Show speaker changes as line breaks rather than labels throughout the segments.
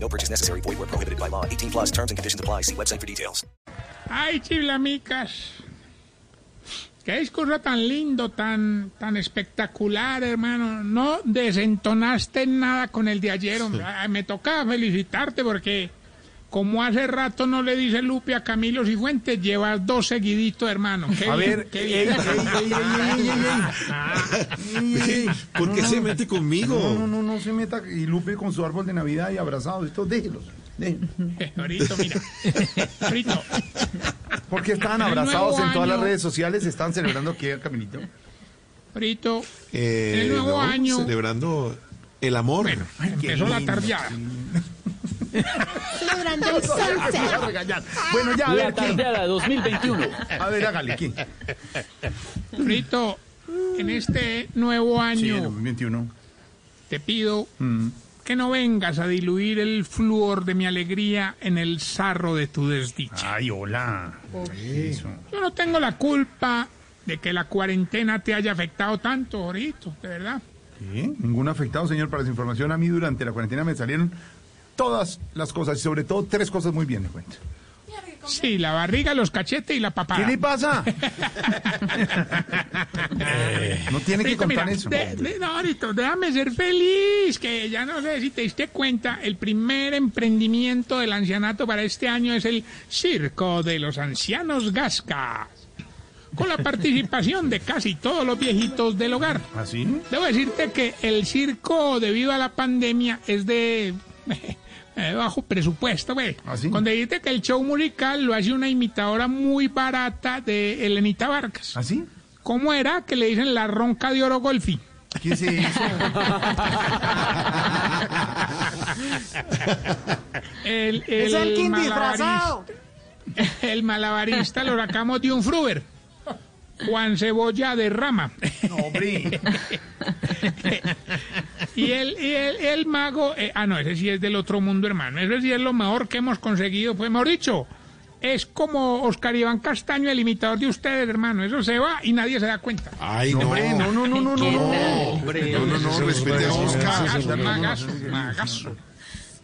No purchase necessary. Void where prohibited by law. 18 plus terms and conditions apply. See website for details.
Ay, chiblamicas. Qué discurso tan lindo, tan, tan espectacular, hermano. No desentonaste nada con el de ayer, hombre. Ay, Me toca felicitarte porque, como hace rato no le dice Lupe a Camilo Cifuentes, llevas dos seguiditos, hermano. Qué
A
bien,
ver, eh,
qué
ey,
bien.
ey, ey, ey, ey, ey, ey. Ey, ¿Por qué se mete conmigo?
Mm. No, no, no, no se meta y Lupe con su árbol de Navidad y abrazado. Esto déjelos. déjelos.
eh,
Ahorita, mira. Ahorita.
Porque estaban
El
abrazados
nuevo
en todas las
año.
redes sociales, estaban celebrando que Camilito.
Ahorita.
Eh,
El nuevo
no,
año.
Celebrando el amor.
Bueno, empezó la tardeada.
A regañar. Bueno, ya, a ver, ¿quién?
Tardeada 2021.
A ver, hágale, ¿quién?
Ahorita, en este nuevo
Sí,
año.
el 21.
Te pido mm, que no vengas a diluir el flúor de mi alegría en el sarro de tu desdicha.
Ay, hola. Eso.
Yo no tengo la culpa de que la cuarentena te haya afectado tanto, Jorito, de verdad.
¿Qué? Ningún afectado, señor, para su información. A mí durante la cuarentena me salieron todas las cosas y sobre todo tres cosas muy bien, le cuento.
Sí, la barriga, los cachetes y la
¿Qué
papada.
le pasa? no tiene que
Jorito, Eh. mira,
contar eso.
de- de- no, Jorito, déjame ser feliz, que ya no sé si te diste cuenta, el primer emprendimiento del ancianato para este año es el Circo de los Ancianos Gascas, con la participación de casi todos los viejitos del hogar.
¿Así?
Debo decirte que el circo, debido a la pandemia, es de eh, bajo presupuesto, güey.
¿Ah, sí?
Con decirte que el show musical lo hace una imitadora muy barata de Elenita Vargas.
¿Así?
¿Cómo era que le dicen la ronca de oro golfi?
¿Qué es eso?
El, el malabarista, el malabarista lo sacamos de un fruber. Juan Cebolla de Rama.
No, hombre.
Y el, y el, el mago, eh, ah, no, ese sí es del otro mundo, hermano. Ese sí es lo mejor que hemos conseguido, pues mejor dicho. Es como Oscar Iván Castaño, el imitador de ustedes, hermano. Eso se va y nadie se da cuenta.
Ay,
No,
no.
hombre, no, no, no, no, no, no.
Hombre, no, no, no, respete a Oscar.
Magazo, magazo, magazo.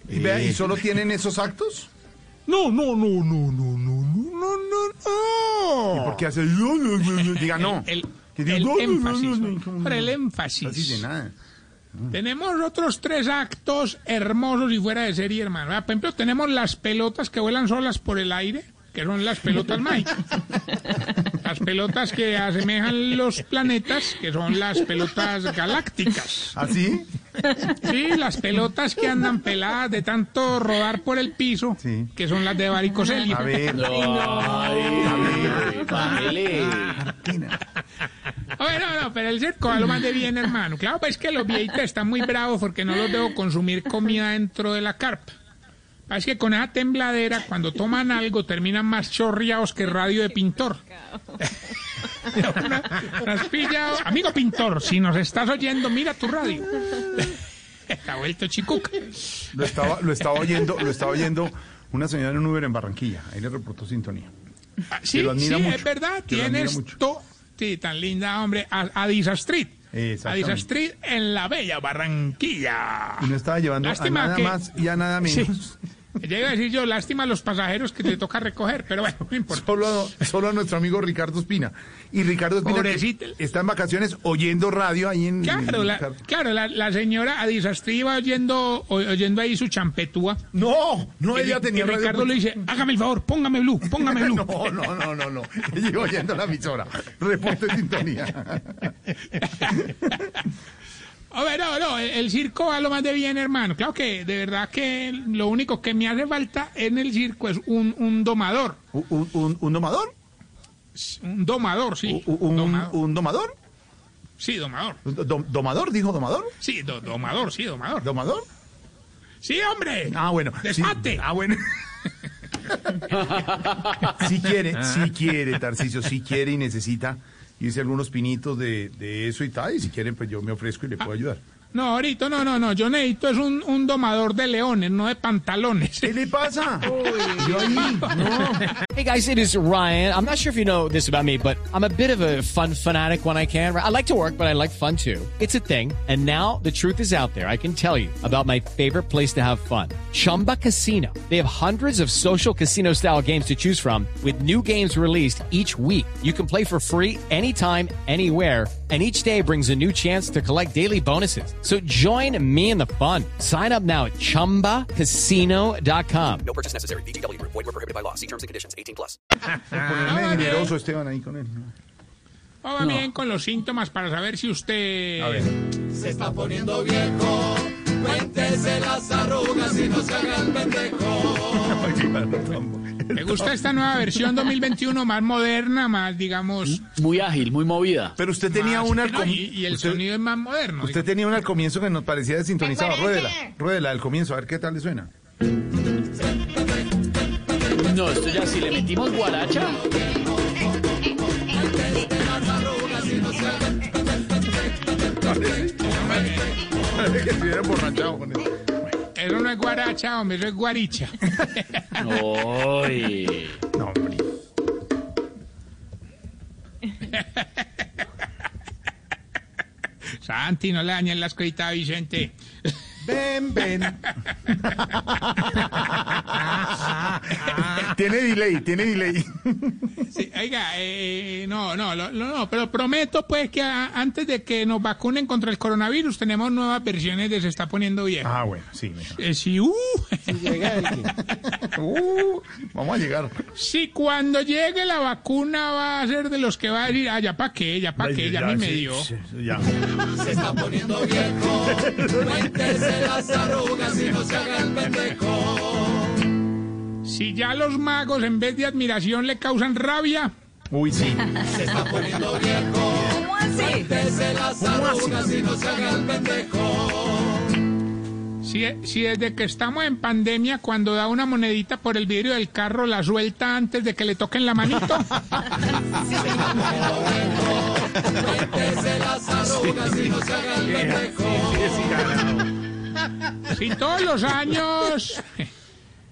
Y, vea, ¿y solo tienen esos actos?
No, no, no, no, no, no, no, no, no.
¿Por qué hace? no, no, no, no? Diga no.
El,
Que
el
diga, no, no, no,
énfasis,
no, no, no, no.
por el
Así de
énfasis.
nada.
Tenemos otros tres actos hermosos y fuera de serie, hermano. Ah, Por ejemplo, tenemos las pelotas que vuelan solas por el aire, que son las pelotas mágicas. Las pelotas que asemejan los planetas, que son las pelotas galácticas.
¿Así?
Sí, las pelotas que andan peladas de tanto rodar por el piso,
Sí.
que son las de varicocelio.
A ver. Martina.
Bueno, no, pero el circo a lo más de bien, hermano. Claro, pues es que los viejitos están muy bravos porque no los debo consumir comida dentro de la carpa. Es que con esa tembladera, cuando toman algo, terminan más chorreados que radio de pintor. Nos has pillado. Amigo pintor, si nos estás oyendo, mira tu radio. Está vuelto chicuca.
Lo estaba, lo estaba oyendo, lo estaba oyendo una señora en un Uber en Barranquilla. Ahí le reportó sintonía.
Ah, Sí,
Te lo
sí,
admira
es
mucho,
verdad.
te lo admira
Tienes
mucho.
to... Sí, tan linda, hombre. A, Adisa Street.
Exactamente.
Adisa Street en la bella Barranquilla.
Y no estaba llevando
Lástima
a nada
que-
más y a nada menos.
Ya iba a decir yo, lástima a los pasajeros que te toca recoger, pero bueno, no importa.
Solo, solo a nuestro amigo Ricardo Espina. Y Ricardo Espina que
Pobrecito.
está en vacaciones oyendo radio ahí en.
Claro, la, claro, la, la señora Adisastri iba oyendo, o- oyendo ahí su champetúa.
No, no,
Y,
ella
Ri-
tenía
y
radio
Ricardo le dice, hágame el favor, póngame blue, póngame blue.
No, no, no, no, no. Ella iba oyendo la emisora. Reporte de sintonía.
A ver, no, no, el, el circo va lo más de bien, hermano. Claro que de verdad que lo único que me hace falta en el circo es un, un domador.
¿Un, un, un domador?
Un domador, sí.
¿Un, un,
domador.
un domador?
Sí, domador.
Dom- ¿Domador? ¿Dijo domador?
Sí, do- domador, sí, domador.
¿Domador?
Sí, hombre.
Ah, bueno. sí.
Despate.
Ah, bueno. Si quiere, si quiere, Tarcicio, si quiere y necesita. Hice algunos pinitos de, de eso y tal. Y si quieren, pues yo me ofrezco y le puedo ayudar.
No, ahorita no, no, no. Yo necesito es un, un domador de leones, no de pantalones. Ah,
¿Qué le pasa? Yo ahí, no.
Hey guys, it is Ryan. I'm not sure if you know this about me, but I'm a bit of a fun fanatic when I can. I like to work, but I like fun too. It's a thing. And now the truth is out there. I can tell you about my favorite place to have fun Chumba Casino. They have hundreds of social casino style games to choose from, with new games released each week. You can play for free anytime, anywhere. And each day brings a new chance to collect daily bonuses. So join me in the fun. Sign up now at chumbacasino.com.
No purchase necessary. VGW Group. Void were prohibited by law. See terms and conditions. 18 plus.
Ponerme generoso Esteban ahí con él. ¿no?
O va bien con los síntomas para saber si usted...
A ver.
se está poniendo viejo. Cuéntese las arrugas y no se haga el pendejo.
Ay, claro, tampoco.
¿Te gusta esta nueva versión 2021 más moderna, más, digamos...
Muy ágil, muy movida.
Pero usted tenía
más-
una.
Ah, No,
com-
y, y el
usted-
sonido es más moderno.
Usted tenía una al comienzo que nos parecía desintonizada. Ruédela, ruédela al comienzo, a ver qué tal le suena.
No, esto ya si le metimos guaracha.
Parece que estuviera emborrachado con eso.
digamos. Eso no es guaracha, hombre, eso es guaricha.
Oy.
No, hombre.
Santi, no le dañen las cositas a Vicente.
Ven, ven. tiene delay, tiene delay.
Sí, oiga, eh, no, no, lo- lo- no, pero prometo pues que a- antes de que nos vacunen contra el coronavirus tenemos nuevas versiones de Se está poniendo viejo.
Ah, bueno, sí, mejor.
Eh, si, uh,
Uh, vamos a llegar.
si cuando llegue la vacuna va a ser de los que va a decir, ah, ya pa' qué, ya pa' qué, ya a mí me
sí,
dio.
sí, sí, Ya.
Se está poniendo viejo. Cuéntese las arrugas y no se haga el pendejo.
Si ya los magos en vez de admiración le causan rabia,
Uy, sí.
Cuéntese las arrugas y no se haga el pendejo.
si, si desde que estamos en pandemia cuando da una monedita por el vidrio del carro la suelta antes de que le toquen la manito.
Cuéntese las arrugas y no se haga el pendejo.
Si todos los años,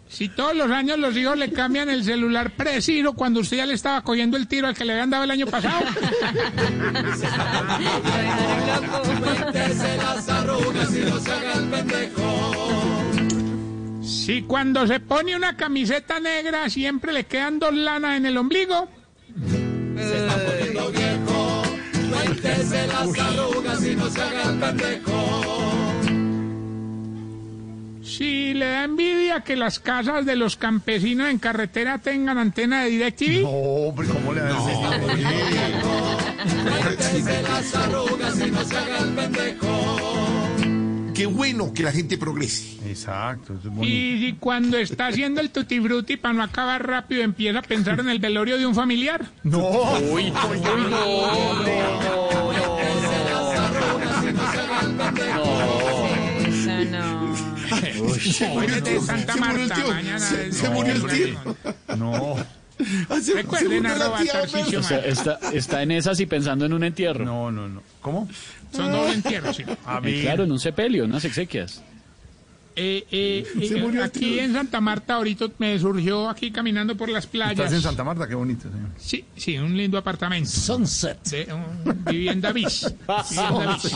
si todos los años los hijos le cambian el celular preciso cuando usted ya le estaba cogiendo el tiro al que le habían dado el año pasado.
Cuéntese las arrugas y no se haga el pendejo.
Si cuando se pone una camiseta negra siempre le quedan dos lanas en el ombligo.
Cuéntese las arrugas y no se haga el pendejo.
Si le da envidia que las casas de los campesinos en carretera tengan antena de DirecTV.
No, hombre, ¿cómo le dan
Cuéntese las arrugas y no se haga el pendejo.
Qué bueno que la gente progrese.
Exacto, eso es bonito.
Y si cuando está haciendo el tutti frutti para no acabar rápido empieza a pensar en el velorio de un familiar.
No,
Hoy es de Santa
se murió el
Marta,
tío.
mañana
Se-
es-
se murió el
hombre,
tío.
no, no.
no,
Ah, se- se
Recuerden
murió la
arroba
tía Berta.
Tarcisio
O sea, está, está en esas y pensando en un entierro.
no, no, no. ¿Cómo?
Son doble entierros, sí.
A
Y
ver.
claro, en un sepelio, en unas exequias.
Eh, eh, eh,
Se murió el
aquí
tío.
en Santa Marta ahorita me surgió aquí caminando por las playas.
Estás en Santa Marta, qué bonito, señor.
Sí, sí, un lindo apartamento. Sunset. vivienda bis. Vivienda bis.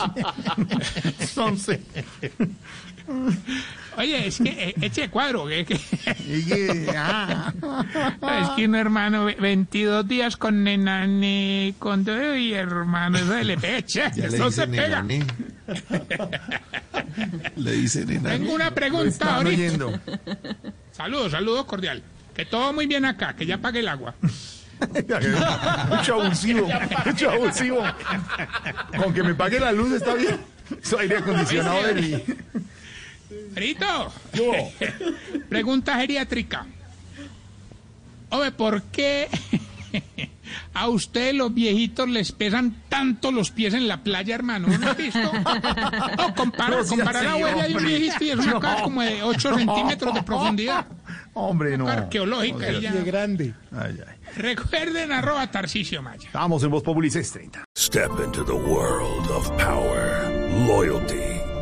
Entonces,
Oye, es que eh, eche cuadro, que- que-
llegué, ah,
es que un hermano ve- 22 días con nenane con todo y hermano eso se le pecha,
Ya le
eso se
dicen
pega.
enané. Le dicen enané.
Tengo una pregunta
están
ahorita.
oyendo.
Saludos, saludos cordial. Que todo muy bien acá, que ya pague el agua.
Mucho abusivo, mucho abusivo. Con que me pague la luz está bien. Su aire acondicionado de mí.
Perito. Pregunta geriátrica. Oye, ¿por qué a ustedes los viejitos les pesan tanto los pies en la playa, hermano? ¿No has visto? No, compara,
No seas
compara la
así,
huella de un
hombre.
viejito y es una
No.
cosa como de 8 centímetros de profundidad.
Hombre, no.
Arqueológica y ya.
grande.
Ay, ay.
Recuerden arroba Tarcicio Maya.
Vamos en Voz Populi 630.
Step into the world of power, loyalty,